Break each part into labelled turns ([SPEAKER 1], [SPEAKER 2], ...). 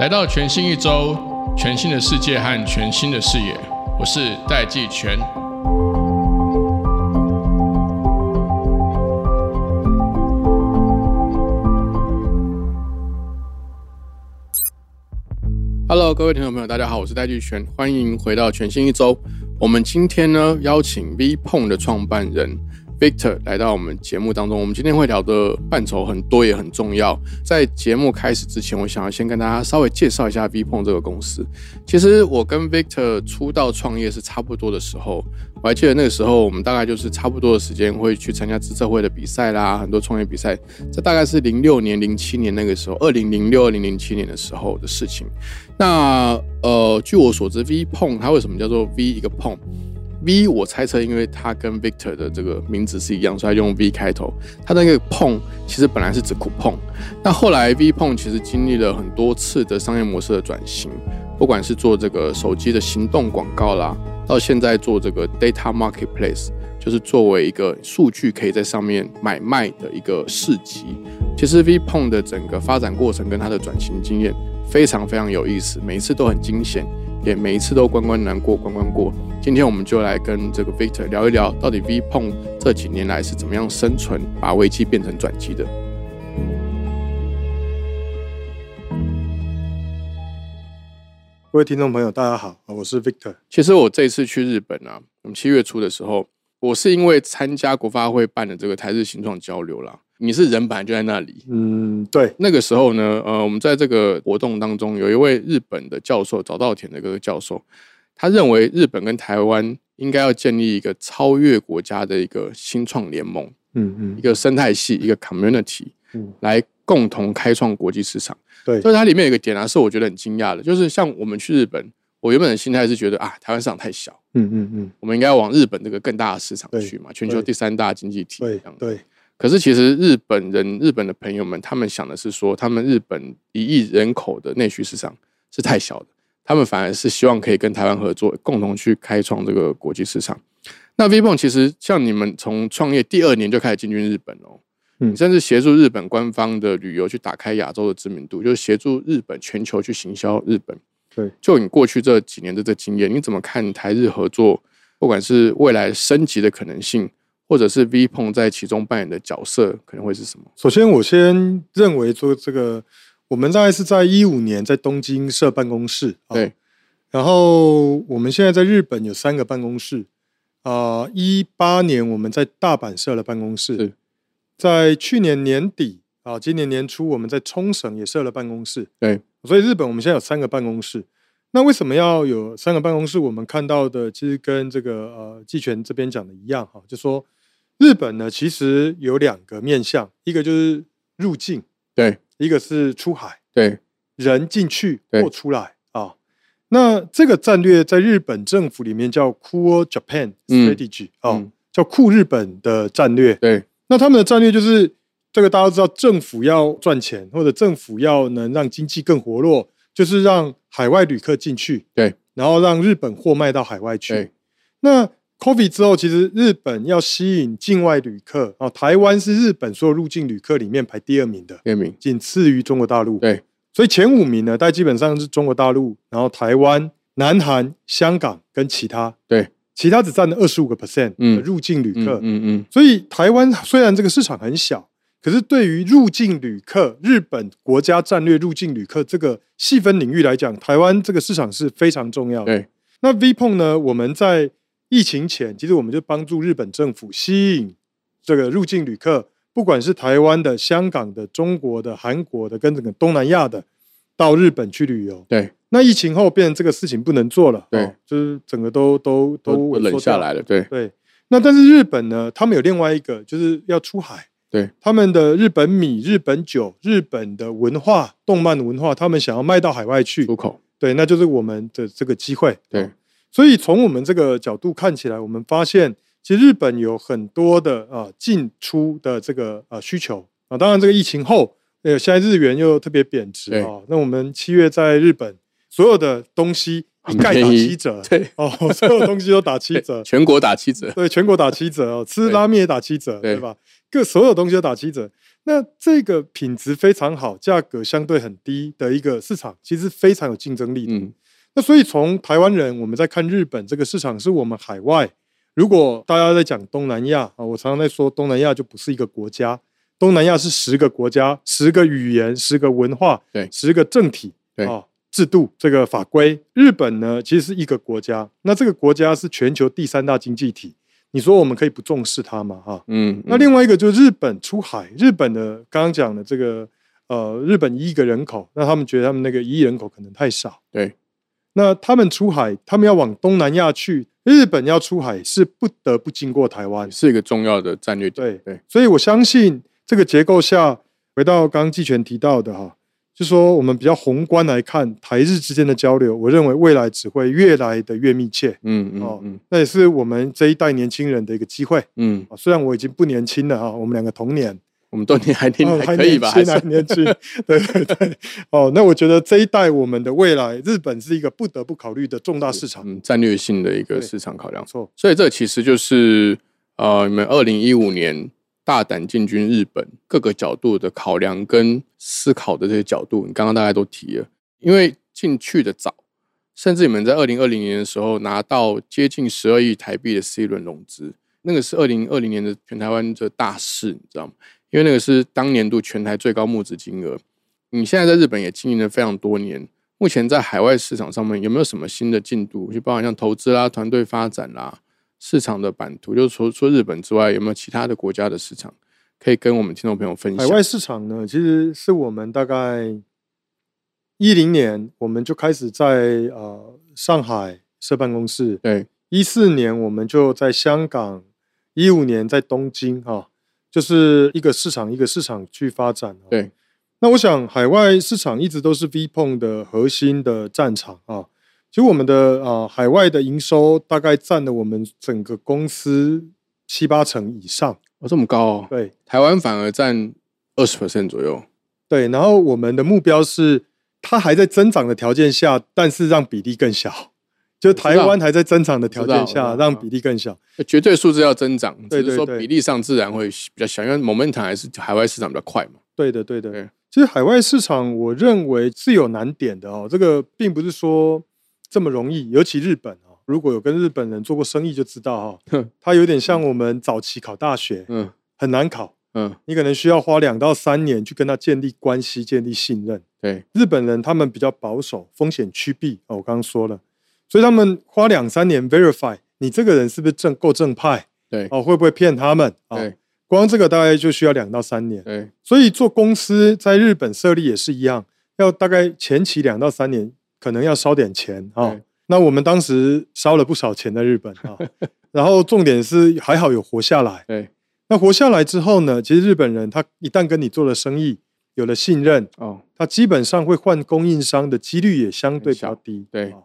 [SPEAKER 1] 来到全新一周，全新的世界和全新的视野，我是戴季全。Hello，各位听众朋友，大家好，我是戴季全，欢迎回到全新一周。我们今天呢邀请 V Pong 的创办人 Victor 来到我们节目当中。我们今天会聊的范畴很多，也很重要。在节目开始之前，我想要先跟大家稍微介绍一下 V Pong 这个公司。其实我跟 Victor 出道创业是差不多的时候，我还记得那个时候我们大概就是差不多的时间会去参加资策会的比赛啦，很多创业比赛。这大概是零六年、零七年那个时候，二零零六、二零零七年的时候的事情。那呃，据我所知，V Pong 它为什么叫做 V 一个 Pong？V，我猜测，因为它跟 Victor 的这个名字是一样，所以它用 V 开头。它那个碰其实本来是指酷碰，那后来 V 碰其实经历了很多次的商业模式的转型，不管是做这个手机的行动广告啦，到现在做这个 Data Marketplace，就是作为一个数据可以在上面买卖的一个市集。其实 V 碰的整个发展过程跟它的转型经验非常非常有意思，每一次都很惊险。也每一次都关关难过关关过。今天我们就来跟这个 Victor 聊一聊，到底 V Pong 这几年来是怎么样生存，把危机变成转机的。
[SPEAKER 2] 各位听众朋友，大家好，我是 Victor。
[SPEAKER 1] 其实我这次去日本啊，我们七月初的时候，我是因为参加国发会办的这个台日新创交流啦。你是人本来就在那里，
[SPEAKER 2] 嗯，对，
[SPEAKER 1] 那个时候呢，呃，我们在这个活动当中，有一位日本的教授，早稻田的这个教授，他认为日本跟台湾应该要建立一个超越国家的一个新创联盟，
[SPEAKER 2] 嗯嗯，
[SPEAKER 1] 一个生态系，一个 community，、
[SPEAKER 2] 嗯
[SPEAKER 1] 来共同开创国际市场。
[SPEAKER 2] 对
[SPEAKER 1] 所以它里面有一个点啊，是我觉得很惊讶的，就是像我们去日本，我原本的心态是觉得啊，台湾市场太小，
[SPEAKER 2] 嗯嗯嗯，
[SPEAKER 1] 我们应该往日本这个更大的市场
[SPEAKER 2] 对
[SPEAKER 1] 去嘛，全球
[SPEAKER 2] 对
[SPEAKER 1] 第三大经济体
[SPEAKER 2] 对
[SPEAKER 1] 这样。
[SPEAKER 2] 对，
[SPEAKER 1] 可是其实日本人、日本的朋友们，他们想的是说，他们日本一亿人口的内需市场是太小的，他们反而是希望可以跟台湾合作，共同去开创这个国际市场。那 v p o n 其实像你们从创业第二年就开始进军日本哦，
[SPEAKER 2] 嗯
[SPEAKER 1] 你甚至协助日本官方的旅游去打开亚洲的知名度，就是协助日本全球去行销日本。
[SPEAKER 2] 对，
[SPEAKER 1] 就你过去这几年的这经验，你怎么看台日合作，不管是未来升级的可能性，或者是 V Pong 在其中扮演的角色可能会是什么？
[SPEAKER 2] 首先我先认为做这个，我们大概是在一五年在东京设办公室，啊
[SPEAKER 1] 对，
[SPEAKER 2] 然后我们现在在日本有三个办公室，啊、1一八年我们在大阪设了办公
[SPEAKER 1] 是
[SPEAKER 2] 室，在去年年底啊、今年年初我们在冲绳也设了办公室，
[SPEAKER 1] 对，
[SPEAKER 2] 所以日本我们现在有三个办公室。那为什么要有三个办公室？我们看到的其实跟这个呃季全这边讲的一样哈，就说日本呢其实有两个面向，一个就是入境，
[SPEAKER 1] 对，
[SPEAKER 2] 一个是出海。
[SPEAKER 1] 对，
[SPEAKER 2] 人进去
[SPEAKER 1] 对
[SPEAKER 2] 或出来啊。那这个战略在日本政府里面叫 Cool Japan
[SPEAKER 1] 嗯
[SPEAKER 2] Strategy 啊、
[SPEAKER 1] 嗯
[SPEAKER 2] 叫酷日本的战略。
[SPEAKER 1] 对，
[SPEAKER 2] 那他们的战略就是这个大家都知道，政府要赚钱，或者政府要能让经济更活络，就是让海外旅客进去，
[SPEAKER 1] 对，
[SPEAKER 2] 然后让日本货卖到海外
[SPEAKER 1] 对
[SPEAKER 2] 去。那 COVID 之后，其实日本要吸引境外旅客啊，台湾是日本所有入境旅客里面排第二名的，
[SPEAKER 1] 列明，
[SPEAKER 2] 仅次于中国大陆。
[SPEAKER 1] 对，
[SPEAKER 2] 所以前五名呢，大概基本上是中国大陆，然后台湾、南韩、香港跟其他。
[SPEAKER 1] 对，
[SPEAKER 2] 其他只占了二十五个 percent
[SPEAKER 1] 嗯
[SPEAKER 2] 入境旅
[SPEAKER 1] 嗯
[SPEAKER 2] 客。
[SPEAKER 1] 嗯嗯，
[SPEAKER 2] 所以台湾虽然这个市场很小，可是对于入境旅客，日本国家战略入境旅客这个细分领域来讲，台湾这个市场是非常重要的。
[SPEAKER 1] 对，
[SPEAKER 2] 那 Vpon 呢，我们在疫情前，其实我们就帮助日本政府吸引这个入境旅客，不管是台湾的、香港的、中国的、韩国的，跟整个东南亚的，到日本去旅游。
[SPEAKER 1] 对，
[SPEAKER 2] 那疫情后，变成这个事情不能做了，
[SPEAKER 1] 对
[SPEAKER 2] 哦就是整个都都
[SPEAKER 1] 都
[SPEAKER 2] 都
[SPEAKER 1] 都冷下来了，对
[SPEAKER 2] 对，那但是日本呢，他们有另外一个，就是要出海。
[SPEAKER 1] 对，
[SPEAKER 2] 他们的日本米、日本酒、日本的文化、动漫文化，他们想要卖到海外去
[SPEAKER 1] 出。口，
[SPEAKER 2] 对，那就是我们的这个机会。哦
[SPEAKER 1] 对
[SPEAKER 2] 所以从我们这个角度看起来，我们发现其实日本有很多的啊、呃进出的这个呃需求啊。当然，这个疫情后，呃，现在日元又特别贬值
[SPEAKER 1] 对
[SPEAKER 2] 啊、那我们七月在日本所有的东西
[SPEAKER 1] 很
[SPEAKER 2] 一概打
[SPEAKER 1] 便宜
[SPEAKER 2] 七折
[SPEAKER 1] 对
[SPEAKER 2] 哦，所有东西都打七
[SPEAKER 1] 对
[SPEAKER 2] 折，
[SPEAKER 1] 全国打七折，
[SPEAKER 2] 对，全国打七折哦，吃
[SPEAKER 1] 对
[SPEAKER 2] 拉面也打七折，
[SPEAKER 1] 对
[SPEAKER 2] 对吧？各所有东西都打七折。那这个品质非常好、价格相对很低的一个市场，其实非常有竞争力的。
[SPEAKER 1] 嗯，
[SPEAKER 2] 那所以从台湾人，我们在看日本这个市场，是我们海外。如果大家在讲东南亚啊，我常常在说东南亚就不是一个国家，东南亚是十个国家、十个语言、十个文化、
[SPEAKER 1] 对
[SPEAKER 2] 十个政体
[SPEAKER 1] 对
[SPEAKER 2] 啊、制度、这个法规。日本呢，其实是一个国家，那这个国家是全球第三大经济体，你说我们可以不重视它吗？哈、
[SPEAKER 1] 嗯，
[SPEAKER 2] 那另外一个就是日本出海，日本的刚刚讲的这个呃，日本一亿个人口，那他们觉得他们那个一亿人口可能太少。
[SPEAKER 1] 对，
[SPEAKER 2] 那他们出海，他们要往东南亚去，日本要出海是不得不经过台湾
[SPEAKER 1] 嗯。是一个重要的战略点，
[SPEAKER 2] 对
[SPEAKER 1] 对，
[SPEAKER 2] 所以我相信这个结构下，回到刚刚季全提到的哈，就说我们比较宏观来看台日之间的交流，我认为未来只会越来的越密切。
[SPEAKER 1] 嗯
[SPEAKER 2] 哦
[SPEAKER 1] 嗯嗯
[SPEAKER 2] 那也是我们这一代年轻人的一个机会
[SPEAKER 1] 嗯，
[SPEAKER 2] 啊虽然我已经不年轻了哈，我们两个同年。
[SPEAKER 1] 我们都 你还挺
[SPEAKER 2] 哦，
[SPEAKER 1] 还可以吧，还
[SPEAKER 2] 年轻，还
[SPEAKER 1] 是
[SPEAKER 2] 年轻，对对对。哦，那我觉得这一代我们的未来，日本是一个不得不考虑的重大市场。没
[SPEAKER 1] 嗯战略性的一个
[SPEAKER 2] 对
[SPEAKER 1] 市场考量。
[SPEAKER 2] 错，
[SPEAKER 1] 所以这其实就是呃，你们二零一五年大胆进军日本各个角度的考量跟思考的这些角度，你刚刚大家都提了，因为进去的早，甚至你们在二零二零年的时候拿到接近十二亿台币的 C 轮融资，那个是二零二零年的全台湾的大事，你知道吗？因为那个是当年度全台最高募资金额。你现在在日本也经营了非常多年，目前在海外市场上面有没有什么新的进度？就包含像投资啦、团队发展啦、市场的版图，就是除除日本之外，有没有其他的国家的市场可以跟我们听众朋友分
[SPEAKER 2] 海
[SPEAKER 1] 享？
[SPEAKER 2] 外市场呢，其实是我们大概一零年我们就开始在呃上海设办公室，
[SPEAKER 1] 对，
[SPEAKER 2] 一四年我们就在香港，一五年在东京哈、就是一个市场一个市场去发展、啊。
[SPEAKER 1] 对，
[SPEAKER 2] 那我想海外市场一直都是 VPON 的核心的战场啊。其实我们的啊、呃海外的营收大概占了我们整个公司七八成以上。
[SPEAKER 1] 哦，这么高哦，
[SPEAKER 2] 对
[SPEAKER 1] 台湾反而占二十 percent 左右，
[SPEAKER 2] 对，然后我们的目标是，它还在增长的条件下，但是让比例更小。就
[SPEAKER 1] 道
[SPEAKER 2] 台湾还在增长的条
[SPEAKER 1] 我
[SPEAKER 2] 件
[SPEAKER 1] 知道我
[SPEAKER 2] 下，
[SPEAKER 1] 知道
[SPEAKER 2] 让比例更小。
[SPEAKER 1] 绝对数字要增长，
[SPEAKER 2] 对
[SPEAKER 1] 只是说
[SPEAKER 2] 对对
[SPEAKER 1] 比例上自然会比较小，因为 momentum 还是海外市场比较快嘛。
[SPEAKER 2] 对的，对的。
[SPEAKER 1] 对
[SPEAKER 2] 其实海外市场，我认为是有难点的哦。这个并不是说这么容易，尤其日本哦。如果有跟日本人做过生意，就知道哈、
[SPEAKER 1] 哼
[SPEAKER 2] 它有点像我们早期考大学，
[SPEAKER 1] 嗯
[SPEAKER 2] 很难考。
[SPEAKER 1] 嗯，
[SPEAKER 2] 你可能需要花两到三年去跟他建立关系、建立信任。
[SPEAKER 1] 对，
[SPEAKER 2] 日本人他们比较保守，风险趋避哦，我刚刚说了，所以他们花两三年 verify 你这个人是不是正够正派
[SPEAKER 1] 对
[SPEAKER 2] 哦，会不会骗他们啊、哦
[SPEAKER 1] 对？
[SPEAKER 2] 光这个大概就需要两到三年，
[SPEAKER 1] 对，
[SPEAKER 2] 所以做公司在日本设立也是一样，要大概前期两到三年可能要烧点钱啊、
[SPEAKER 1] 对
[SPEAKER 2] 那我们当时烧了不少钱在日本啊、然后重点是还好有活下来。
[SPEAKER 1] 对，
[SPEAKER 2] 那活下来之后呢，其实日本人他一旦跟你做了生意，有了信任，
[SPEAKER 1] 哦，
[SPEAKER 2] 他基本上会换供应商的几率也相对比较
[SPEAKER 1] 很小
[SPEAKER 2] 低。
[SPEAKER 1] 对
[SPEAKER 2] 啊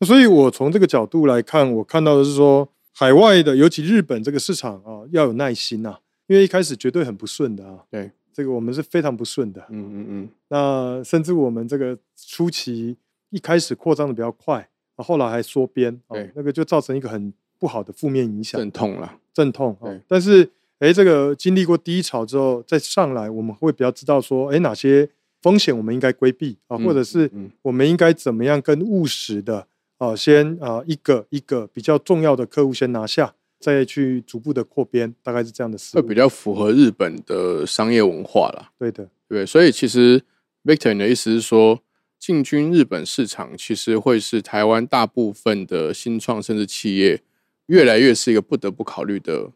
[SPEAKER 2] 那所以我从这个角度来看，我看到的是说，海外的，尤其日本这个市场啊，要有耐心呐、因为一开始绝对很不顺的啊。
[SPEAKER 1] 对，
[SPEAKER 2] 这个我们是非常不顺的。
[SPEAKER 1] 嗯嗯嗯，
[SPEAKER 2] 那甚至我们这个初期一开始扩张的比较快，啊后来还缩编，啊
[SPEAKER 1] 对
[SPEAKER 2] 那个就造成一个很不好的负面影响。
[SPEAKER 1] 阵痛了，
[SPEAKER 2] 阵痛啊
[SPEAKER 1] 对。
[SPEAKER 2] 但是，哎，这个经历过低潮之后再上来，我们会比较知道说，哎，哪些风险我们应该规避啊，
[SPEAKER 1] 嗯
[SPEAKER 2] 或者是
[SPEAKER 1] 嗯嗯
[SPEAKER 2] 我们应该怎么样更务实的啊，先啊一个一个比较重要的客户先拿下，再去逐步的扩编，大概是这样的思
[SPEAKER 1] 会比
[SPEAKER 2] 路。
[SPEAKER 1] 较符合日本的商业文化啦。
[SPEAKER 2] 对的，
[SPEAKER 1] 对，所以其实 Victor 你的意思是说，进军日本市场其实会是台湾大部分的新创甚至企业越来越是一个不得不考虑的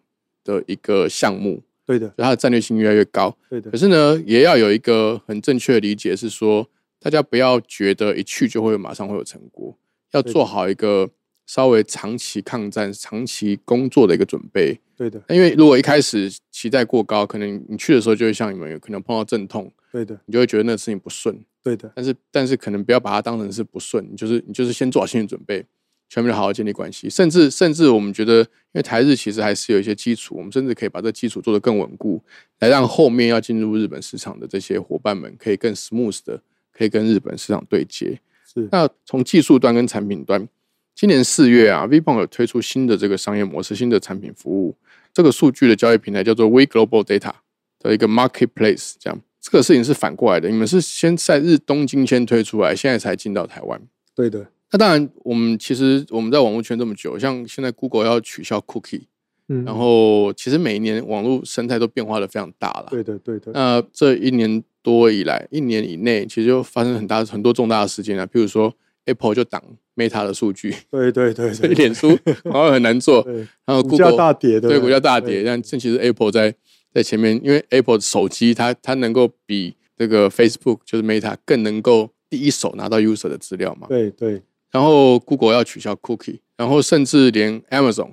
[SPEAKER 1] 的一个项目，
[SPEAKER 2] 对的，
[SPEAKER 1] 就它的战略性越来越高。
[SPEAKER 2] 对的
[SPEAKER 1] 可，是呢，也要有一个很正确的理解，是说大家不要觉得一去就会马上会有成果，要
[SPEAKER 2] 对
[SPEAKER 1] 做好一个稍微长期抗战、长期工作的一个准备。
[SPEAKER 2] 对的，
[SPEAKER 1] 因为如果一开始期待过高，可能你去的时候就会像你们有可能碰到阵痛，
[SPEAKER 2] 对的，
[SPEAKER 1] 你就会觉得那个事情不顺。
[SPEAKER 2] 对的，
[SPEAKER 1] 但是但是可能不要把它当成是不顺，你就是你就是先做好心理准备，全面好好建立关系，甚至甚至我们觉得，因为台日其实还是有一些基础，我们甚至可以把这基础做得更稳固，来让后面要进入日本市场的这些伙伴们可以更 smooth 的可以跟日本市场对接。
[SPEAKER 2] 是
[SPEAKER 1] 那从技术端跟产品端，今年四月啊，Vpon 有推出新的这个商业模式、新的产品服务。这个数据的交易平台叫做 We Global Data 的一个 Marketplace，这样这个事情是反过来的。你们是先在日东京先推出来，现在才进到台湾。
[SPEAKER 2] 对的，
[SPEAKER 1] 那当然，我们其实我们在网络圈这么久，像现在 Google 要取消 Cookie，
[SPEAKER 2] 嗯，
[SPEAKER 1] 然后其实每一年网络生态都变化的非常大了。
[SPEAKER 2] 对的，对的，
[SPEAKER 1] 那这一年多以来，一年以内，其实就发生很大很多重大的事件啊，譬如说 Apple 就挡 Meta 的数据，
[SPEAKER 2] 对对对
[SPEAKER 1] 所以
[SPEAKER 2] 对，
[SPEAKER 1] 脸书然后很难做，
[SPEAKER 2] 对
[SPEAKER 1] 然后
[SPEAKER 2] 股价
[SPEAKER 1] Google
[SPEAKER 2] 大跌的，
[SPEAKER 1] 对股价大跌，
[SPEAKER 2] 对，
[SPEAKER 1] 但这其实 Apple 在在前面，因为 Apple 手机它它能够比这个 Facebook 就是 Meta 更能够第一手拿到 user 的资料嘛，
[SPEAKER 2] 对对
[SPEAKER 1] 然后 Google 要取消 Cookie，然后甚至连 Amazon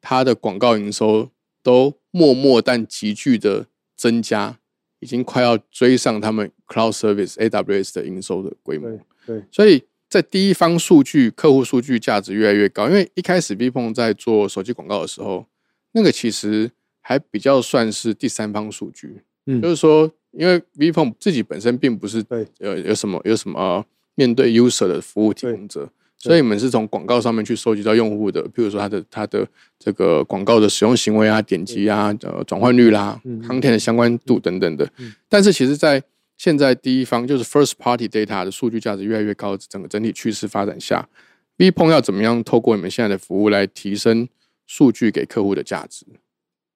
[SPEAKER 1] 它的广告营收都默默但急剧的增加，已经快要追上他们 Cloud Service AWS 的营收的规模
[SPEAKER 2] 对。对，
[SPEAKER 1] 所以在第一方数据、客户数据价值越来越高。因为一开始 B 碰在做手机广告的时候，那个其实还比较算是第三方数据，
[SPEAKER 2] 嗯
[SPEAKER 1] 就是说，因为 B 碰自己本身并不是
[SPEAKER 2] 对
[SPEAKER 1] 有有什么有什么、呃面对 user 的服务提供者。所以你们是从广告上面去收集到用户的，譬如说他的他的这个广告的使用行为啊、点击啊、呃转换率啦、
[SPEAKER 2] 嗯嗯
[SPEAKER 1] content 的相关度等等的。
[SPEAKER 2] 嗯
[SPEAKER 1] 但是其实，在现在第一方就是 first party data 的数据价值越来越高，整个整体趋势发展下，Vpon 要怎么样透过你们现在的服务来提升数据给客户的价值？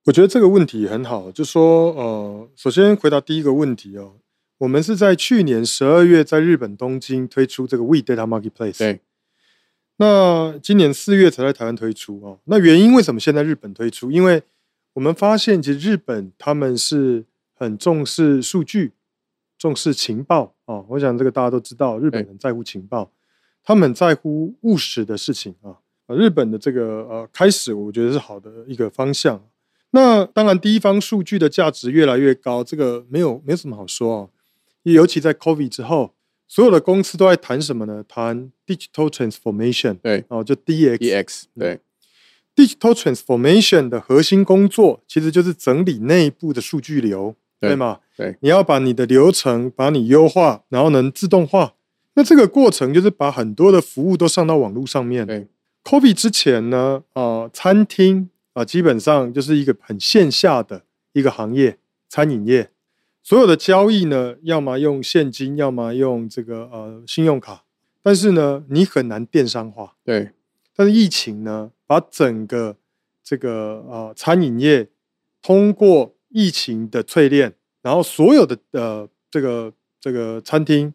[SPEAKER 2] 我觉得这个问题很好，就说呃，首先回答第一个问题哦，我们是在去年十二月在日本东京推出这个 We Data Marketplace，
[SPEAKER 1] 对，
[SPEAKER 2] 那今年四月才在台湾推出哦。那原因为什么现在日本推出？因为我们发现其实日本他们是很重视数据、重视情报哦。我想这个大家都知道，日本
[SPEAKER 1] 对
[SPEAKER 2] 很在乎情报，他们很在乎务实的事情啊。呃日本的这个呃开始，我觉得是好的一个方向。啊那当然，第一方数据的价值越来越高，这个没有没有什么好说哦。尤其在 COVID 之后，所有的公司都在谈什么呢？谈 digital transformation，
[SPEAKER 1] 对
[SPEAKER 2] 哦，就 DX。
[SPEAKER 1] ，EX
[SPEAKER 2] 嗯
[SPEAKER 1] 对
[SPEAKER 2] digital transformation 的核心工作其实就是整理内部的数据流，
[SPEAKER 1] 对
[SPEAKER 2] 对吗？
[SPEAKER 1] 对，
[SPEAKER 2] 你要把你的流程把你优化，然后能自动化。那这个过程就是把很多的服务都上到网络上面。
[SPEAKER 1] 对
[SPEAKER 2] c o v i d 之前呢，呃，餐厅啊、呃基本上就是一个很线下的一个行业，餐饮业。所有的交易呢，要么用现金，要么用这个呃信用卡，但是呢，你很难电商化。
[SPEAKER 1] 对
[SPEAKER 2] 但是疫情呢，把整个这个呃餐饮业通过疫情的淬炼，然后所有的呃这个这个餐厅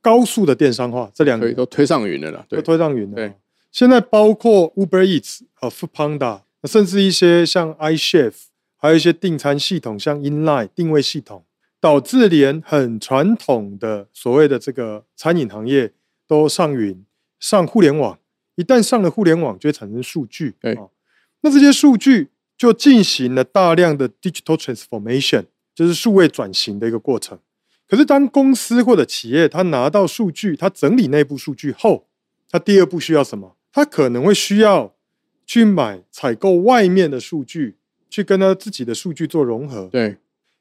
[SPEAKER 2] 高速的电商化，这两
[SPEAKER 1] 所
[SPEAKER 2] 个
[SPEAKER 1] 以都推上云了啦，
[SPEAKER 2] 都
[SPEAKER 1] 对
[SPEAKER 2] 啊推上云了。
[SPEAKER 1] 对，
[SPEAKER 2] 现在包括 Uber Eats 和 Food Panda，甚至一些像 iChef，还有一些订餐系统，像 Inline 定位系统，导致连很传统的所谓的这个餐饮行业都上云、上互联网。一旦上了互联网，就会产生数据。
[SPEAKER 1] 对
[SPEAKER 2] 哦那这些数据就进行了大量的 digital transformation，就是数位转型的一个过程。可是，当公司或者企业它拿到数据，它整理内部数据后，它第二步需要什么？它可能会需要去买采购外面的数据，去跟它自己的数据做融合，
[SPEAKER 1] 对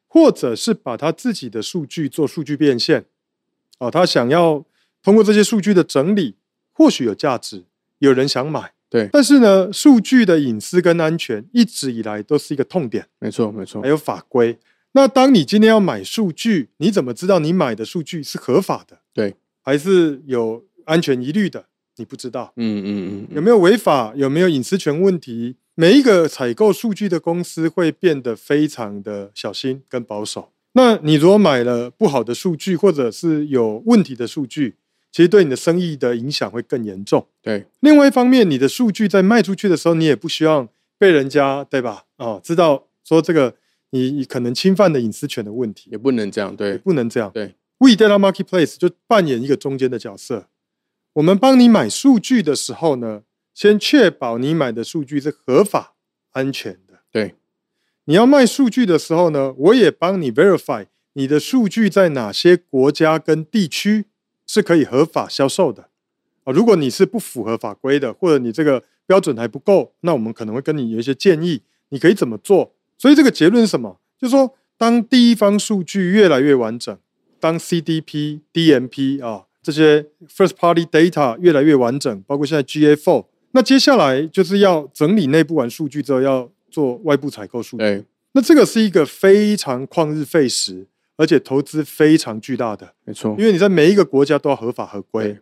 [SPEAKER 2] 或者是把它自己的数据做数据变现。哦，他想要通过这些数据的整理，或许有价值，有人想买。
[SPEAKER 1] 对，
[SPEAKER 2] 但是呢，数据的隐私跟安全一直以来都是一个痛点。
[SPEAKER 1] 没错没错
[SPEAKER 2] 还，有法规。那当你今天要买数据，你怎么知道你买的数据是合法的？
[SPEAKER 1] 对，
[SPEAKER 2] 还是有安全疑虑的？你不知道
[SPEAKER 1] 嗯嗯嗯
[SPEAKER 2] 有
[SPEAKER 1] 嗯，
[SPEAKER 2] 没有违法，有没有隐私权问题？每一个采购数据的公司会变得非常的小心跟保守。那你如果买了不好的数据，或者是有问题的数据，其实对你的生意的影响会更严重。
[SPEAKER 1] 对
[SPEAKER 2] 另外一方面，你的数据在卖出去的时候，你也不希望被人家对吧？哦，知道说这个你你可能侵犯的隐私权的问题，
[SPEAKER 1] 也不能这样，
[SPEAKER 2] 也
[SPEAKER 1] 对
[SPEAKER 2] 不能这样。
[SPEAKER 1] 对
[SPEAKER 2] ，We Data Marketplace 就扮演一个中间的角色。我们帮你买数据的时候呢，先确保你买的数据是合法、安全的。
[SPEAKER 1] 对
[SPEAKER 2] 你要卖数据的时候呢，我也帮你 verify 你的数据在哪些国家跟地区是可以合法销售的。啊，如果你是不符合法规的，或者你这个标准还不够，那我们可能会跟你有一些建议，你可以怎么做。所以这个结论是什么？就是说，当第一方数据越来越完整，当 CDP、DMP 啊这些 first party data 越来越完整，包括现在 GA4。那接下来就是要整理内部完数据之后，要做外部采购数据。
[SPEAKER 1] 对，
[SPEAKER 2] 那这个是一个非常旷日费时，而且投资非常巨大的，
[SPEAKER 1] 没错，
[SPEAKER 2] 因为你在每一个国家都要合法合规
[SPEAKER 1] 对。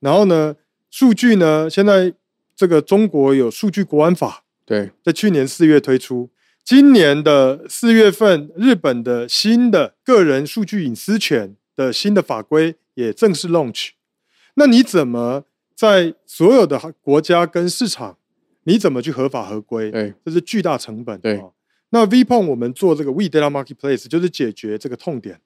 [SPEAKER 2] 然后呢，数据呢，现在这个中国有数据国安法，
[SPEAKER 1] 对，
[SPEAKER 2] 在去年四月推出，今年的四月份，日本的新的个人数据隐私权的新的法规也正式 launch。那你怎么在所有的国家跟市场，你怎么去合法合规？
[SPEAKER 1] 对，
[SPEAKER 2] 这是巨大成本。
[SPEAKER 1] 对
[SPEAKER 2] 哦那 VPON 我们做这个 We Data Marketplace 就是解决这个痛点。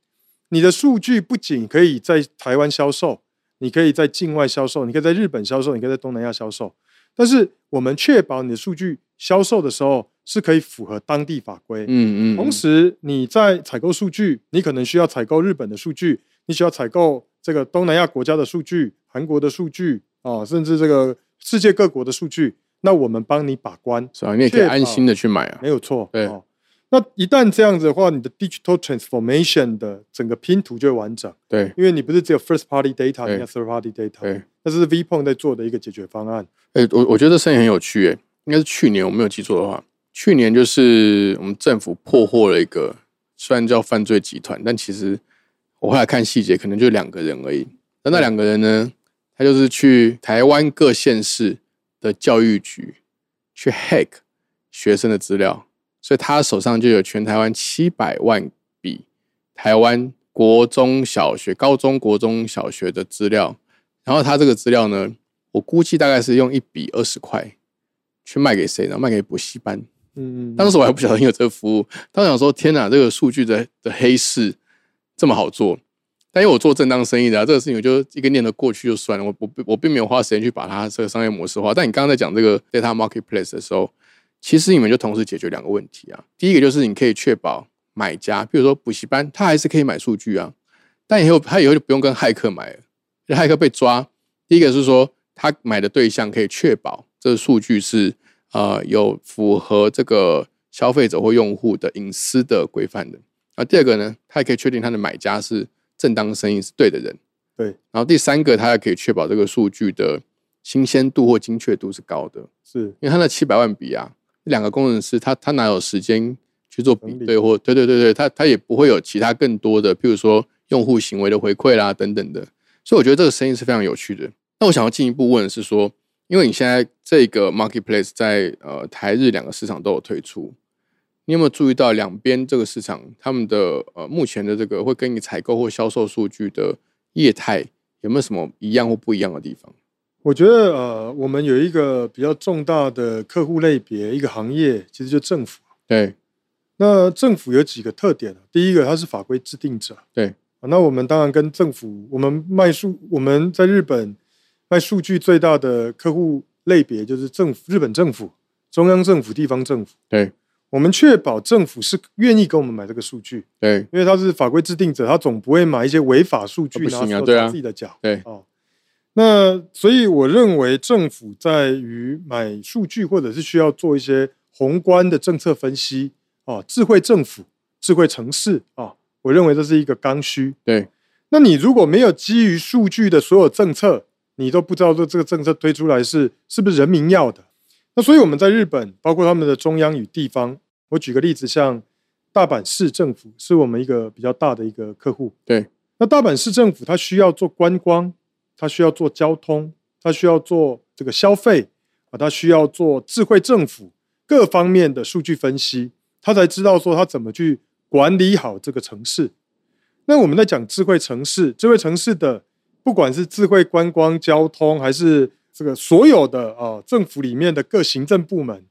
[SPEAKER 2] 你的数据不仅可以在台湾销售，你可以在境外销售，你可以在日本销售，你可以在东南亚销售。但是我们确保你的数据销售的时候是可以符合当地法规。
[SPEAKER 1] 嗯嗯，
[SPEAKER 2] 同时，你在采购数据，你可能需要采购日本的数据，你需要采购这个东南亚国家的数据、韩国的数据啊，甚至这个世界各国的数据。那我们帮你把关，
[SPEAKER 1] 是啊，你也可以安心的去买啊
[SPEAKER 2] 没，有错。
[SPEAKER 1] 对
[SPEAKER 2] 哦，那一旦这样子的话，你的 digital transformation 的整个拼图就会完整，
[SPEAKER 1] 对。
[SPEAKER 2] 因为你不是只有 first party data，
[SPEAKER 1] 对
[SPEAKER 2] 你要 third party data
[SPEAKER 1] 对。
[SPEAKER 2] 那这是 VPON 在做的一个解决方案。
[SPEAKER 1] 哎、我我觉得这生意很有趣、哎，应该是去年我没有记错的话，去年就是我们政府破获了一个，虽然叫犯罪集团，但其实我后来看细节，可能就两个人而已。那那两个人呢，他就是去台湾各县市的教育局去 hack 学生的资料，所以他手上就有全台湾七百万笔台湾国中小学、高中国中小学的资料，然后他这个资料呢，我估计大概是用一笔二十块去卖给谁呢？卖给补习班。
[SPEAKER 2] 嗯，
[SPEAKER 1] 当时我还不晓得有这个服务，当时想说天哪，这个数据的的黑市这么好做。但因为我做正当生意的、啊，这个事情我就一个念头过去就算了，我我我并没有花时间去把它这个商业模式化。但你刚刚在讲这个 data marketplace 的时候，其实你们就同时解决两个问题啊。第一个就是你可以确保买家，比如说补习班，他还是可以买数据啊，但以后他以后就不用跟骇客买了，因为骇客被抓。第一个是说他买的对象可以确保这个数据是呃有符合这个消费者或用户的隐私的规范的。那第二个呢，他也可以确定他的买家是正当生意，是对的人。
[SPEAKER 2] 对
[SPEAKER 1] 然后第三个，他也可以确保这个数据的新鲜度或精确度是高的。
[SPEAKER 2] 是
[SPEAKER 1] 因为他那七百万笔啊，两个工程师他他哪有时间去做比
[SPEAKER 2] 整理
[SPEAKER 1] 对或对对对对，他他也不会有其他更多的，譬如说用户行为的回馈啦等等的，所以我觉得这个生意是非常有趣的。那我想要进一步问的是说，因为你现在这个 marketplace 在呃台日两个市场都有推出，你有没有注意到两边这个市场他们的呃目前的这个会跟你采购或销售数据的业态有没有什么一样或不一样的地方？
[SPEAKER 2] 我觉得呃，我们有一个比较重大的客户类别，一个行业其实就政府。
[SPEAKER 1] 对
[SPEAKER 2] 那政府有几个特点啊第一个，它是法规制定者。
[SPEAKER 1] 对
[SPEAKER 2] 啊，那我们当然跟政府，我们卖数，我们在日本卖数据最大的客户类别就是政府，日本政府、中央政府、地方政府。
[SPEAKER 1] 对
[SPEAKER 2] 我们确保政府是愿意跟我们买这个数据，
[SPEAKER 1] 对
[SPEAKER 2] 因为他是法规制定者，他总不会买一些违法数据
[SPEAKER 1] 啊不
[SPEAKER 2] 拿
[SPEAKER 1] 行啊
[SPEAKER 2] 去
[SPEAKER 1] 对啊
[SPEAKER 2] 自己的脚。
[SPEAKER 1] 对
[SPEAKER 2] 哦，那所以我认为政府在于买数据，或者是需要做一些宏观的政策分析啊，智慧政府、智慧城市啊，我认为这是一个刚需。
[SPEAKER 1] 对
[SPEAKER 2] 那你如果没有基于数据的所有政策，你都不知道说这个政策推出来是是不是人民要的。那所以我们在日本，包括他们的中央与地方，我举个例子，像大阪市政府是我们一个比较大的一个客户。
[SPEAKER 1] 对，
[SPEAKER 2] 那大阪市政府它需要做观光，它需要做交通，它需要做这个消费啊，它需要做智慧政府各方面的数据分析，它才知道说它怎么去管理好这个城市。那我们在讲智慧城市，智慧城市的不管是智慧观光、交通，还是这个所有的啊、呃政府里面的各行政部门，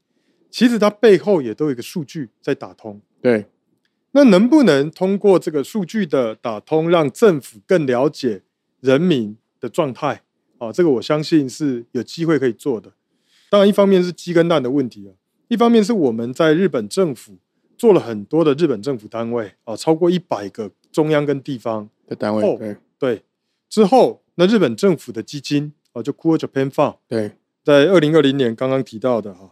[SPEAKER 2] 其实它背后也都有一个数据在打通。
[SPEAKER 1] 对
[SPEAKER 2] 那能不能通过这个数据的打通，让政府更了解人民的状态？啊，这个我相信是有机会可以做的。当然，一方面是鸡跟蛋的问题啊，一方面是我们在日本政府做了很多的日本政府单位啊，超过一百个中央跟地方，
[SPEAKER 1] 的单位
[SPEAKER 2] 后
[SPEAKER 1] 对
[SPEAKER 2] 对，之后那日本政府的基金啊，就 Cool Japan Fund，
[SPEAKER 1] 对
[SPEAKER 2] 在二零二零年刚刚提到的哈、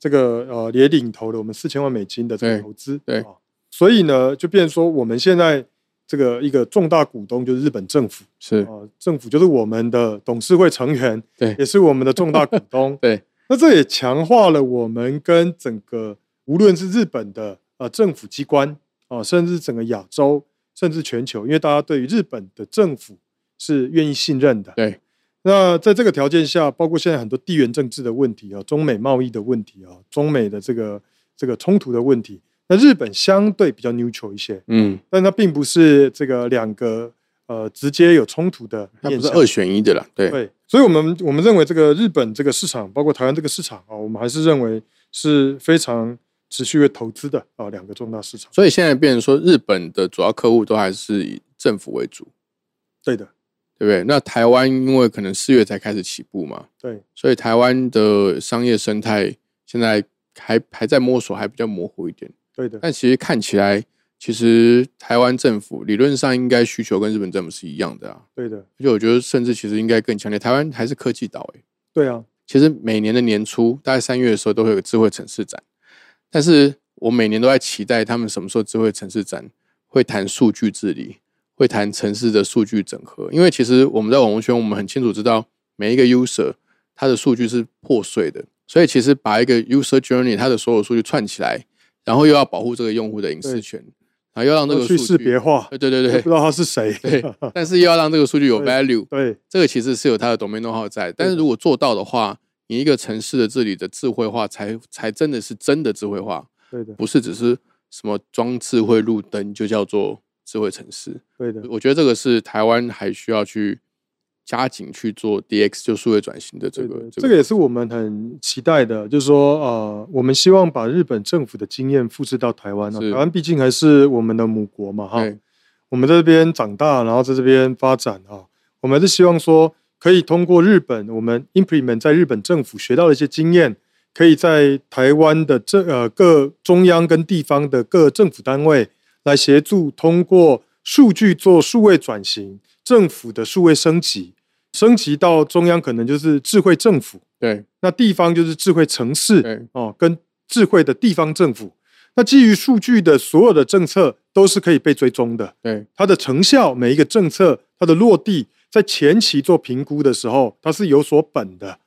[SPEAKER 2] 这个呃也领投了我们四千万美金的这个
[SPEAKER 1] 对
[SPEAKER 2] 投资，
[SPEAKER 1] 对
[SPEAKER 2] 啊所以呢，就变成说我们现在这个一个重大股东就是日本政府
[SPEAKER 1] 是
[SPEAKER 2] 啊、政府就是我们的董事会成员，
[SPEAKER 1] 对，
[SPEAKER 2] 也是我们的重大股东
[SPEAKER 1] 对。
[SPEAKER 2] 那这也强化了我们跟整个无论是日本的呃政府机关啊、甚至整个亚洲，甚至全球，因为大家对于日本的政府是愿意信任的。
[SPEAKER 1] 对。
[SPEAKER 2] 那在这个条件下，包括现在很多地缘政治的问题啊，中美贸易的问题啊，中美的这个这个冲突的问题，那日本相对比较 neutral 一些，
[SPEAKER 1] 嗯，
[SPEAKER 2] 但它并不是这个两个呃直接有冲突的
[SPEAKER 1] 它
[SPEAKER 2] 面
[SPEAKER 1] 不是
[SPEAKER 2] 向。
[SPEAKER 1] 二选一的啦，对，
[SPEAKER 2] 对，所以我们我们认为这个日本这个市场，包括台湾这个市场啊、我们还是认为是非常持续会投资的啊、两个重大市场。
[SPEAKER 1] 所以现在变成说，日本的主要客户都还是以政府为主，
[SPEAKER 2] 对的，
[SPEAKER 1] 对不对？那台湾因为可能四月才开始起步嘛，
[SPEAKER 2] 对，
[SPEAKER 1] 所以台湾的商业生态现在还还在摸索，还比较模糊一点。
[SPEAKER 2] 对的，
[SPEAKER 1] 但其实看起来，其实台湾政府理论上应该需求跟日本政府是一样的啊，
[SPEAKER 2] 对的，
[SPEAKER 1] 而且我觉得甚至其实应该更强烈。台湾还是科技岛、欸，
[SPEAKER 2] 对啊，
[SPEAKER 1] 其实每年的年初，大概三月的时候都会有个智慧城市展，但是我每年都在期待他们什么时候智慧城市展会谈数据治理，会谈城市的数据整合。因为其实我们在网络圈，我们很清楚知道每一个 user 他的数据是破碎的，所以其实把一个 user journey 它的所有数据串起来，然后又要保护这个用户的隐私
[SPEAKER 2] 对
[SPEAKER 1] 权，然后又让这个
[SPEAKER 2] 要去
[SPEAKER 1] 数
[SPEAKER 2] 识
[SPEAKER 1] 据
[SPEAKER 2] 别，化，
[SPEAKER 1] 对对对
[SPEAKER 2] 都
[SPEAKER 1] 对
[SPEAKER 2] 不知道他是谁。
[SPEAKER 1] 对但是又要让这个数据有 value，
[SPEAKER 2] 对
[SPEAKER 1] 这个其实是有它的 domain know how 在，但是如果做到的话，你一个城市的治理的智慧化才才真的是真的智慧化，
[SPEAKER 2] 对的，
[SPEAKER 1] 不是只是什么装智慧路灯就叫做智慧城市。
[SPEAKER 2] 对的，
[SPEAKER 1] 我觉得这个是台湾还需要去加紧去做 DX 就数位转型的这
[SPEAKER 2] 对
[SPEAKER 1] 个
[SPEAKER 2] 的，这个也是我们很期待的，就是说，呃，我们希望把日本政府的经验复制到台湾啊。
[SPEAKER 1] 是
[SPEAKER 2] 台湾毕竟还是我们的母国嘛，哈。
[SPEAKER 1] 对
[SPEAKER 2] 我们在这边长大，然后在这边发展啊，我们还是希望说可以通过日本，我们 implement 在日本政府学到的一些经验，可以在台湾的政呃各中央跟地方的各政府单位来协助通过数据做数位转型，政府的数位升级，升级到中央可能就是智慧政府，
[SPEAKER 1] 对
[SPEAKER 2] 那地方就是智慧城市，
[SPEAKER 1] 对
[SPEAKER 2] 哦，跟智慧的地方政府。那基于数据的所有的政策都是可以被追踪的，
[SPEAKER 1] 对
[SPEAKER 2] 它的成效，每一个政策它的落地，在前期做评估的时候，它是有所本的。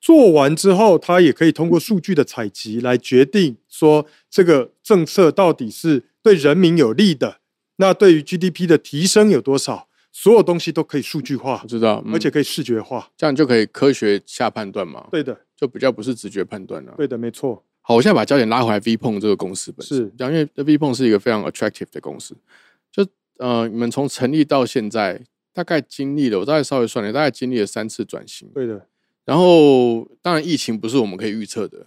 [SPEAKER 2] 做完之后，它也可以通过数据的采集来决定说这个政策到底是对人民有利的，那对于 GDP 的提升有多少，所有东西都可以数据化
[SPEAKER 1] 我，知道，嗯
[SPEAKER 2] 而且可以视觉化。
[SPEAKER 1] 这样就可以科学下判断嘛，
[SPEAKER 2] 对的，
[SPEAKER 1] 就比较不是直觉判断了、
[SPEAKER 2] 对的，没错，
[SPEAKER 1] 好，我现在把焦点拉回来 VPON 这个公司本身，
[SPEAKER 2] 是
[SPEAKER 1] 这样因为 VPON 是一个非常 attractive 的公司。就呃，你们从成立到现在，大概经历了，我大概稍微算了，大概经历了三次转型。
[SPEAKER 2] 对的，
[SPEAKER 1] 然后，当然疫情不是我们可以预测的，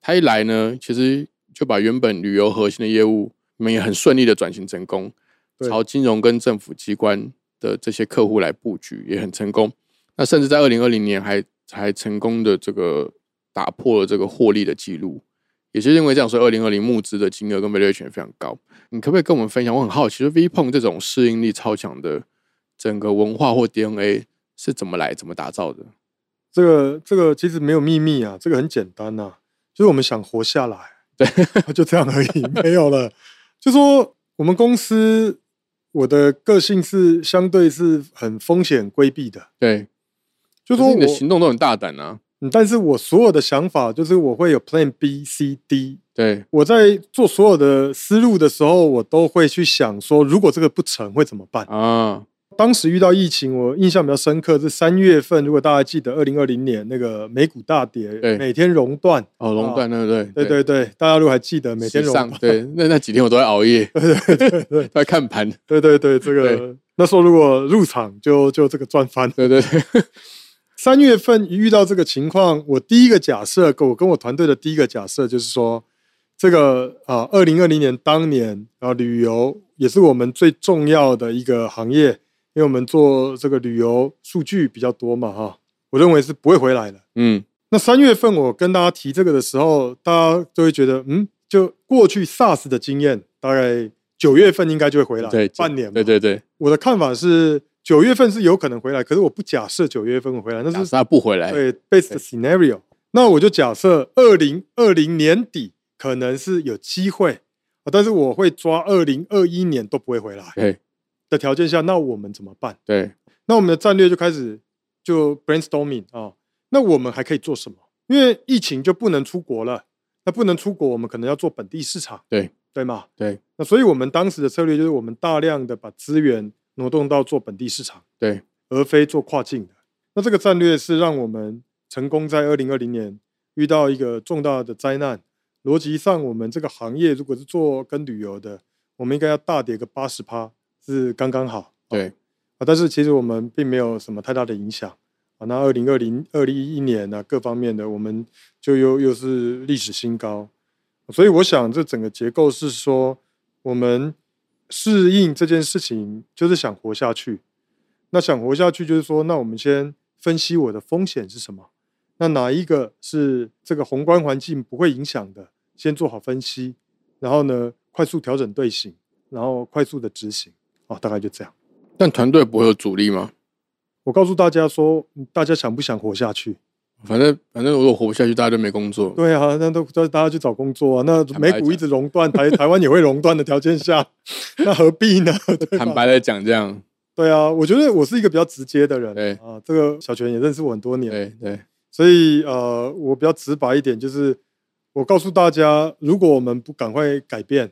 [SPEAKER 1] 它一来呢，其实就把原本旅游核心的业务，你们也很顺利的转型成功，
[SPEAKER 2] 对
[SPEAKER 1] 朝金融跟政府机关的这些客户来布局，也很成功。那甚至在二零二零年还还成功的这个打破了这个获利的记录，也是因为这样，所以二零二零募资的金额跟 valuation 非常高。你可不可以跟我们分享？我很好奇，就 VPON 这种适应力超强的整个文化或 DNA 是怎么来、怎么打造的？
[SPEAKER 2] 这个这个其实没有秘密啊，这个很简单呐、就是我们想活下 来，对，就这样而已，没有了。就说我们公司，我的个性是相对是很风险规避的，
[SPEAKER 1] 对，
[SPEAKER 2] 就
[SPEAKER 1] 就
[SPEAKER 2] 说
[SPEAKER 1] 说你的
[SPEAKER 2] 我
[SPEAKER 1] 行动都很大胆啊。
[SPEAKER 2] 嗯但是我所有的想法就是我会有 Plan B、C、D。
[SPEAKER 1] 对，
[SPEAKER 2] 我在做所有的思路的时候，我都会去想说，如果这个不成会怎么办？
[SPEAKER 1] 啊，
[SPEAKER 2] 当时遇到疫情，我印象比较深刻是三月份，如果大家记得，二零二零年那个美股大跌
[SPEAKER 1] 对，
[SPEAKER 2] 每天熔断，
[SPEAKER 1] 哦，垄断，对不对？
[SPEAKER 2] 对对对，大家如果还记得每天
[SPEAKER 1] 时
[SPEAKER 2] 融
[SPEAKER 1] 尚，对，那那几天我都在熬夜，
[SPEAKER 2] 对
[SPEAKER 1] 都在看盘，
[SPEAKER 2] 对对对，这个那时候如果入场就就这个赚翻。
[SPEAKER 1] 对对对，
[SPEAKER 2] 三月份一遇到这个情况，我第一个假设，跟我跟我团队的第一个假设就是说，这个啊，二零二零年当年啊，旅游也是我们最重要的一个行业，因为我们做这个旅游数据比较多嘛，哈，我认为是不会回来的。
[SPEAKER 1] 嗯，
[SPEAKER 2] 那三月份我跟大家提这个的时候，大家就会觉得，嗯，就过去 SARS 的经验，大概九月份应该就会回来，
[SPEAKER 1] 对，
[SPEAKER 2] 半年嘛。
[SPEAKER 1] 对对对，
[SPEAKER 2] 我的看法是，九月份是有可能回来，可是我不假设九月份会回来，那
[SPEAKER 1] 假
[SPEAKER 2] 是
[SPEAKER 1] 设他不回来，
[SPEAKER 2] 对 best scenario。那我就假设二零二零年底可能是有机会，啊但是我会抓二零二一年都不会回来
[SPEAKER 1] 对
[SPEAKER 2] 的条件下，那我们怎么办？
[SPEAKER 1] 对，
[SPEAKER 2] 那我们的战略就开始就 brainstorming 啊、那我们还可以做什么？因为疫情就不能出国了，那不能出国，我们可能要做本地市场，
[SPEAKER 1] 对
[SPEAKER 2] 对吗？
[SPEAKER 1] 对。
[SPEAKER 2] 那所以我们当时的策略就是，我们大量的把资源挪动到做本地市场，
[SPEAKER 1] 对，
[SPEAKER 2] 而非做跨境的。那这个战略是让我们成功在二零二零年遇到一个重大的灾难。逻辑上，我们这个行业如果是做跟旅游的，我们应该要大跌个八十趴是刚刚好。
[SPEAKER 1] 对
[SPEAKER 2] 啊，但是其实我们并没有什么太大的影响啊。那二零二零、二零一一年呢、各方面的我们就又又是历史新高，所以我想这整个结构是说，我们适应这件事情就是想活下去。那想活下去，就是说，那我们先分析我的风险是什么，那哪一个是这个宏观环境不会影响的，先做好分析，然后呢，快速调整队形，然后快速的执行，啊，大概就这样。
[SPEAKER 1] 但团队不会有阻力吗？
[SPEAKER 2] 我告诉大家说，嗯大家想不想活下去？
[SPEAKER 1] 反正反正如果活不下去，大家就没工作。
[SPEAKER 2] 对啊，那都叫大家去找工作啊。那
[SPEAKER 1] 坦白
[SPEAKER 2] 美
[SPEAKER 1] 讲
[SPEAKER 2] 股一直垄断，台 台湾也会垄断的条件下，那何必呢？ 对吧
[SPEAKER 1] 坦白的讲，这样，
[SPEAKER 2] 对啊，我觉得我是一个比较直接的人。
[SPEAKER 1] 对
[SPEAKER 2] 啊，这个小泉也认识我很多年，
[SPEAKER 1] 对对
[SPEAKER 2] 所以呃，我比较直白一点，就是我告诉大家，如果我们不赶快改变，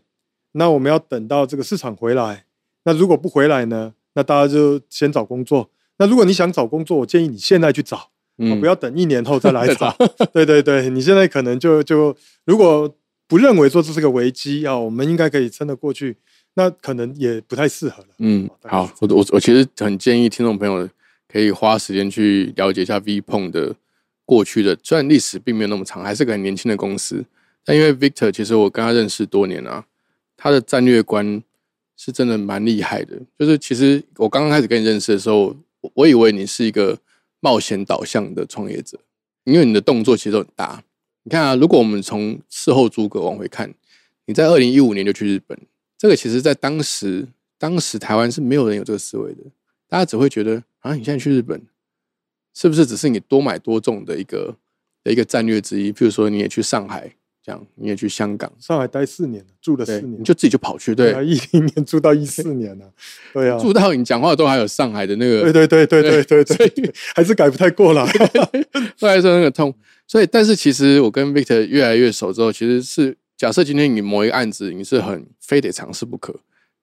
[SPEAKER 2] 那我们要等到这个市场回来。那如果不回来呢？那大家就先找工作。那如果你想找工作，我建议你现在去找。
[SPEAKER 1] 嗯
[SPEAKER 2] 哦不要等一年后再 来
[SPEAKER 1] 再
[SPEAKER 2] 找。对对对，你现在可能就就如果不认为说这是个危机啊，我们应该可以撑得过去，那可能也不太适合了。
[SPEAKER 1] 嗯
[SPEAKER 2] 哦，大概
[SPEAKER 1] 好
[SPEAKER 2] 是，
[SPEAKER 1] 我我我其实很建议听众朋友可以花时间去了解一下 V Pong 的过去的，虽然历史并没有那么长，还是个很年轻的公司，但因为 Victor 其实我跟他认识多年啊，他的战略观是真的蛮厉害的。就是其实我刚刚开始跟你认识的时候，我我以为你是一个冒险导向的创业者，因为你的动作其实都很大。你看啊，如果我们从事后诸葛往回看，你在二零一五年就去日本，这个其实在当时，当时台湾是没有人有这个思维的，大家只会觉得啊，你现在去日本，是不是只是你多买多种的一个的一个战略之一？譬如说，你也去上海，这样你也去香港，
[SPEAKER 2] 上海待四年了，住了
[SPEAKER 1] 对，
[SPEAKER 2] 四年哎
[SPEAKER 1] 你，就自己就跑去，对，
[SPEAKER 2] 一零年住到一四年 了，对啊，
[SPEAKER 1] 住到你讲话都还有上海的那个
[SPEAKER 2] 对对对对对对
[SPEAKER 1] 所
[SPEAKER 2] 对对， 还是改不太过 来。
[SPEAKER 1] 对来说那个痛。所以，但是其实我跟 Victor 越来越熟之后，其实是假设今天你某一个案子你是很非得尝试不可，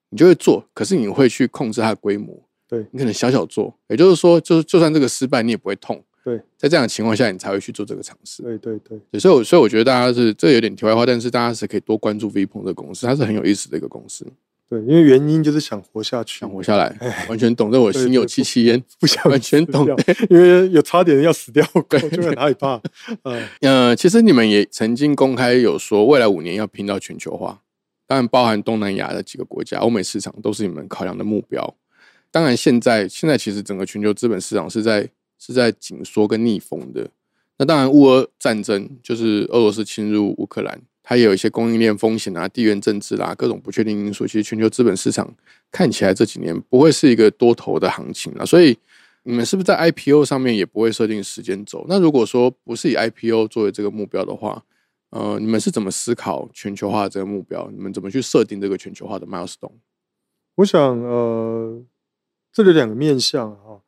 [SPEAKER 1] 你就会做，可是你会去控制它的规模。
[SPEAKER 2] 对
[SPEAKER 1] 你可能小小做，也就是说，就就算这个失败，你也不会痛。
[SPEAKER 2] 对，
[SPEAKER 1] 在这样的情况下，你才会去做这个尝试。
[SPEAKER 2] 对对对，
[SPEAKER 1] 对，所以我所以我觉得大家是这有点题外话，但是大家是可以多关注 V 鹏的公司，它是很有意思的一个公司，
[SPEAKER 2] 对，因为原因就是想活下去
[SPEAKER 1] 想，活下来，
[SPEAKER 2] 哎
[SPEAKER 1] 完全懂得我心有戚戚焉。
[SPEAKER 2] 不想
[SPEAKER 1] 完全
[SPEAKER 2] 死掉
[SPEAKER 1] 懂，
[SPEAKER 2] 因为有差点要死掉过，
[SPEAKER 1] 对
[SPEAKER 2] 就很害怕。嗯，
[SPEAKER 1] 呃，其实你们也曾经公开有说，未来五年要拼到全球化，当然包含东南亚的几个国家、欧美市场都是你们考量的目标。当然，现在现在其实整个全球资本市场是在是在紧缩跟逆风的。那当然，乌俄战争就是俄罗斯侵入乌克兰，它也有一些供应链风险啊、地缘政治啦、各种不确定因素。其实全球资本市场看起来这几年不会是一个多头的行情了，所以你们是不是在 IPO 上面也不会设定时间轴？那如果说不是以 IPO 作为这个目标的话，呃，你们是怎么思考全球化这个目标？你们怎么去设定这个全球化的 milestone？
[SPEAKER 2] 我想，呃，这里有两个面向哈、啊。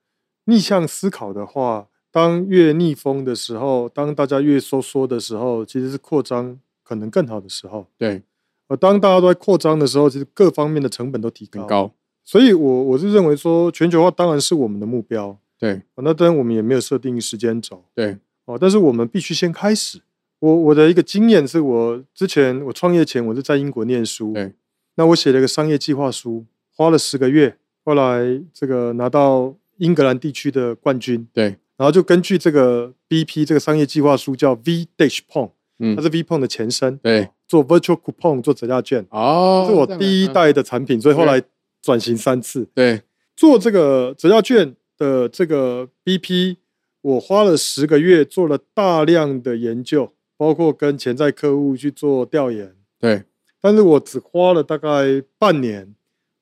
[SPEAKER 2] 逆向思考的话，当越逆风的时候，当大家越收缩的时候，其实是扩张可能更好的时候。
[SPEAKER 1] 对，
[SPEAKER 2] 而当大家都在扩张的时候，其实各方面的成本都提高。
[SPEAKER 1] 很高，
[SPEAKER 2] 所以我，我是认为说，全球化当然是我们的目标。
[SPEAKER 1] 对
[SPEAKER 2] 哦那当然，我们也没有设定时间轴。
[SPEAKER 1] 对
[SPEAKER 2] 哦，但是我们必须先开始。我我的一个经验是我之前我创业前我是在英国念书，
[SPEAKER 1] 对，
[SPEAKER 2] 那我写了一个商业计划书，花了十个月，后来这个拿到英格兰地区的冠军，
[SPEAKER 1] 对，
[SPEAKER 2] 然后就根据这个 BP 这个商业计划书叫 V Dash Pong，
[SPEAKER 1] 嗯
[SPEAKER 2] 它是 V Pong 的前身，
[SPEAKER 1] 对，
[SPEAKER 2] 做 Virtual Coupon 做折价券，
[SPEAKER 1] 哦
[SPEAKER 2] 这，是我第一
[SPEAKER 1] 代，
[SPEAKER 2] 代的产品，所以后
[SPEAKER 1] OK
[SPEAKER 2] 来转型三次。
[SPEAKER 1] 对
[SPEAKER 2] 做这个折价券的这个 BP，我花了十个月做了大量的研究，包括跟潜在客户去做调研，
[SPEAKER 1] 对
[SPEAKER 2] 但是我只花了大概半年，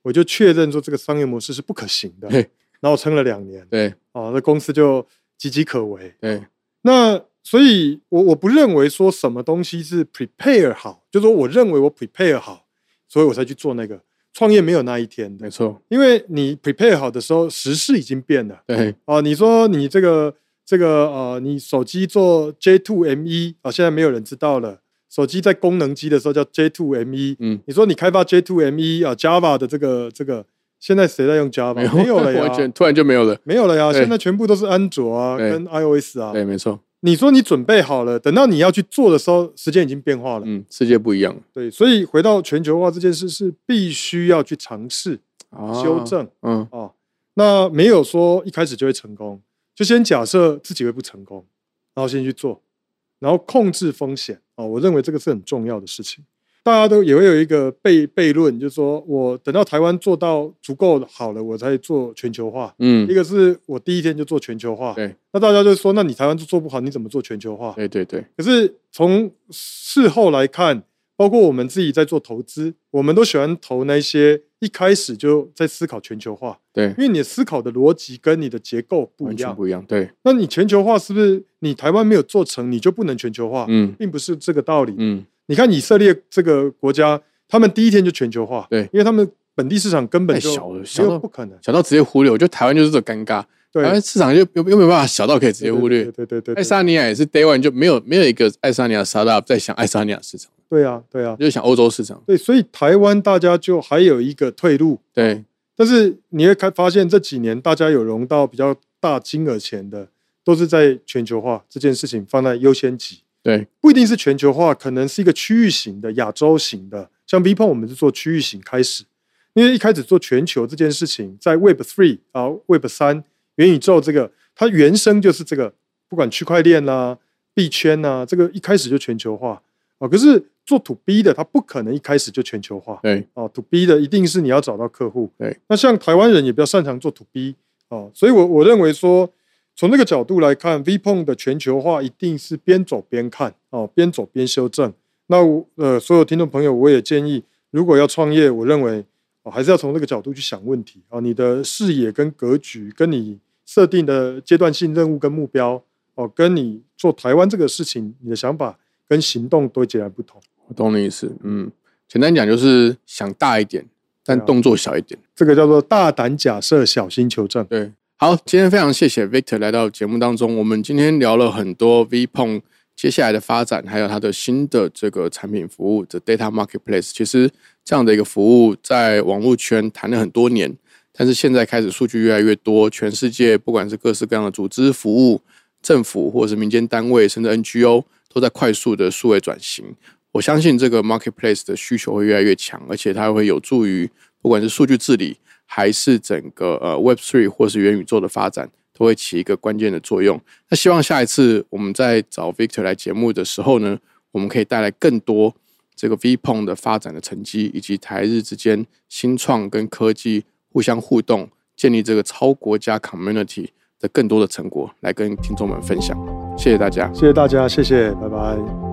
[SPEAKER 2] 我就确认说这个商业模式是不可行的，
[SPEAKER 1] 嘿
[SPEAKER 2] 然后我撑了两年，
[SPEAKER 1] 对
[SPEAKER 2] 啊，那公司就岌岌可危。
[SPEAKER 1] 对
[SPEAKER 2] 那所以我，我不认为说什么东西是 prepare 好，就说我认为我 prepare 好，所以我才去做那个。创业没有那一天的
[SPEAKER 1] 没，错，
[SPEAKER 2] 因为你 prepare 好的时候，时事已经变了
[SPEAKER 1] 对，
[SPEAKER 2] 啊、你说你这个这个呃，你手机做 J two M 一啊，现在没有人知道了。手机在功能机的时候叫 J two M 一，
[SPEAKER 1] 嗯，
[SPEAKER 2] 你说你开发 J two M 一啊，Java 的这个这个，现在谁在用 Java？没 有了
[SPEAKER 1] 完全
[SPEAKER 2] 呀，
[SPEAKER 1] 突然就没有了。
[SPEAKER 2] 没有了呀，
[SPEAKER 1] 对
[SPEAKER 2] 现在全部都是安卓啊，
[SPEAKER 1] 对
[SPEAKER 2] 跟 iOS 啊。
[SPEAKER 1] 对，没错，
[SPEAKER 2] 你说你准备好了，等到你要去做的时候，时间已经变化了。
[SPEAKER 1] 嗯，世界不一样了，
[SPEAKER 2] 对，所以回到全球化这件事是必须要去尝试、
[SPEAKER 1] 啊
[SPEAKER 2] 修，正
[SPEAKER 1] 嗯，
[SPEAKER 2] 哦。那没有说一开始就会成功，就先假设自己会不成功，然后先去做，然后控制风险哦。我认为这个是很重要的事情。大家都也会有一个悖悖论，就是说我等到台湾做到足够好了，我才做全球化。
[SPEAKER 1] 嗯
[SPEAKER 2] 一，个是我第一天就做全球化，
[SPEAKER 1] 对，
[SPEAKER 2] 那大家就说，那你台湾就做不好，你怎么做全球化？
[SPEAKER 1] 对对对，
[SPEAKER 2] 可是从事后来看，包括我们自己在做投资，我们都喜欢投那些一开始就在思考全球化，
[SPEAKER 1] 对，
[SPEAKER 2] 因为你的思考的逻辑跟你的结构不一
[SPEAKER 1] 完全
[SPEAKER 2] 样。
[SPEAKER 1] 不一样，对，
[SPEAKER 2] 那你全球化是不是你台湾没有做成，你就不能全球化？
[SPEAKER 1] 嗯
[SPEAKER 2] 并不是这个道理。
[SPEAKER 1] 嗯，
[SPEAKER 2] 你看以色列这个国家，他们第一天就全球化，
[SPEAKER 1] 对
[SPEAKER 2] 因为他们本地市场根本
[SPEAKER 1] 太
[SPEAKER 2] 就
[SPEAKER 1] 哎小了小
[SPEAKER 2] 没
[SPEAKER 1] 到
[SPEAKER 2] 有不可能。
[SPEAKER 1] 小到直接忽略，我觉得台湾就是这个尴尬，
[SPEAKER 2] 对，
[SPEAKER 1] 台湾市场就又又没有办法小到可以直接忽略
[SPEAKER 2] 对，对对对
[SPEAKER 1] 爱
[SPEAKER 2] 对
[SPEAKER 1] 沙尼亚也是 day one 就没有没有一个爱沙尼亚 startup 在想爱沙尼亚市场，
[SPEAKER 2] 对啊，对啊，
[SPEAKER 1] 就是想欧洲市场。
[SPEAKER 2] 对，所以台湾大家就还有一个退路，
[SPEAKER 1] 对，
[SPEAKER 2] 但是你会看发现这几年大家有融到比较大金额钱的，都是在全球化这件事情放在优先级，
[SPEAKER 1] 对，
[SPEAKER 2] 不一定是全球化，可能是一个区域型的、亚洲型的，像 VPON 我们是做区域型开始，因为一开始做全球这件事情，在 Web Three 啊、Web 三、元宇宙这个，它原生就是这个，不管区块链啦、啊币圈呐、这个一开始就全球化啊。可是做 To B 的，它不可能一开始就全球化。
[SPEAKER 1] 对
[SPEAKER 2] 哦，to B 的一定是你要找到客户。
[SPEAKER 1] 对，
[SPEAKER 2] 那像台湾人也比较擅长做 to B 哦，所以我我认为说，从这个角度来看，VPON 的全球化一定是边走边看哦，边走边修正。那我呃，所有听众朋友，我也建议，如果要创业，我认为哦，还是要从这个角度去想问题哦，你的视野跟格局，跟你设定的阶段性任务跟目标哦，跟你做台湾这个事情，你的想法跟行动都截然不同。
[SPEAKER 1] 我懂你意思。嗯，简单讲就是想大一点，但
[SPEAKER 2] 对啊
[SPEAKER 1] 动作小一点。
[SPEAKER 2] 这个叫做大胆假设，小心求证。
[SPEAKER 1] 对，好，今天非常谢谢 Victor 来到节目当中，我们今天聊了很多 VPON 接下来的发展，还有它的新的这个产品服务的 Data Marketplace。其实这样的一个服务在网络圈谈了很多年，但是现在开始数据越来越多，全世界不管是各式各样的组织服务、政府或者是民间单位，甚至 NGO 都在快速的数位转型。我相信这个 marketplace 的需求会越来越强，而且它会有助于不管是数据治理，还是整个呃 Web Three 或是元宇宙的发展，都会起一个关键的作用。那希望下一次我们在找 Victor 来节目的时候呢，我们可以带来更多这个 VPON 的发展的成绩，以及台日之间新创跟科技互相互动，建立这个超国家 community 的更多的成果来跟听众们分享。谢谢大家。
[SPEAKER 2] 谢谢大家，谢谢，拜拜。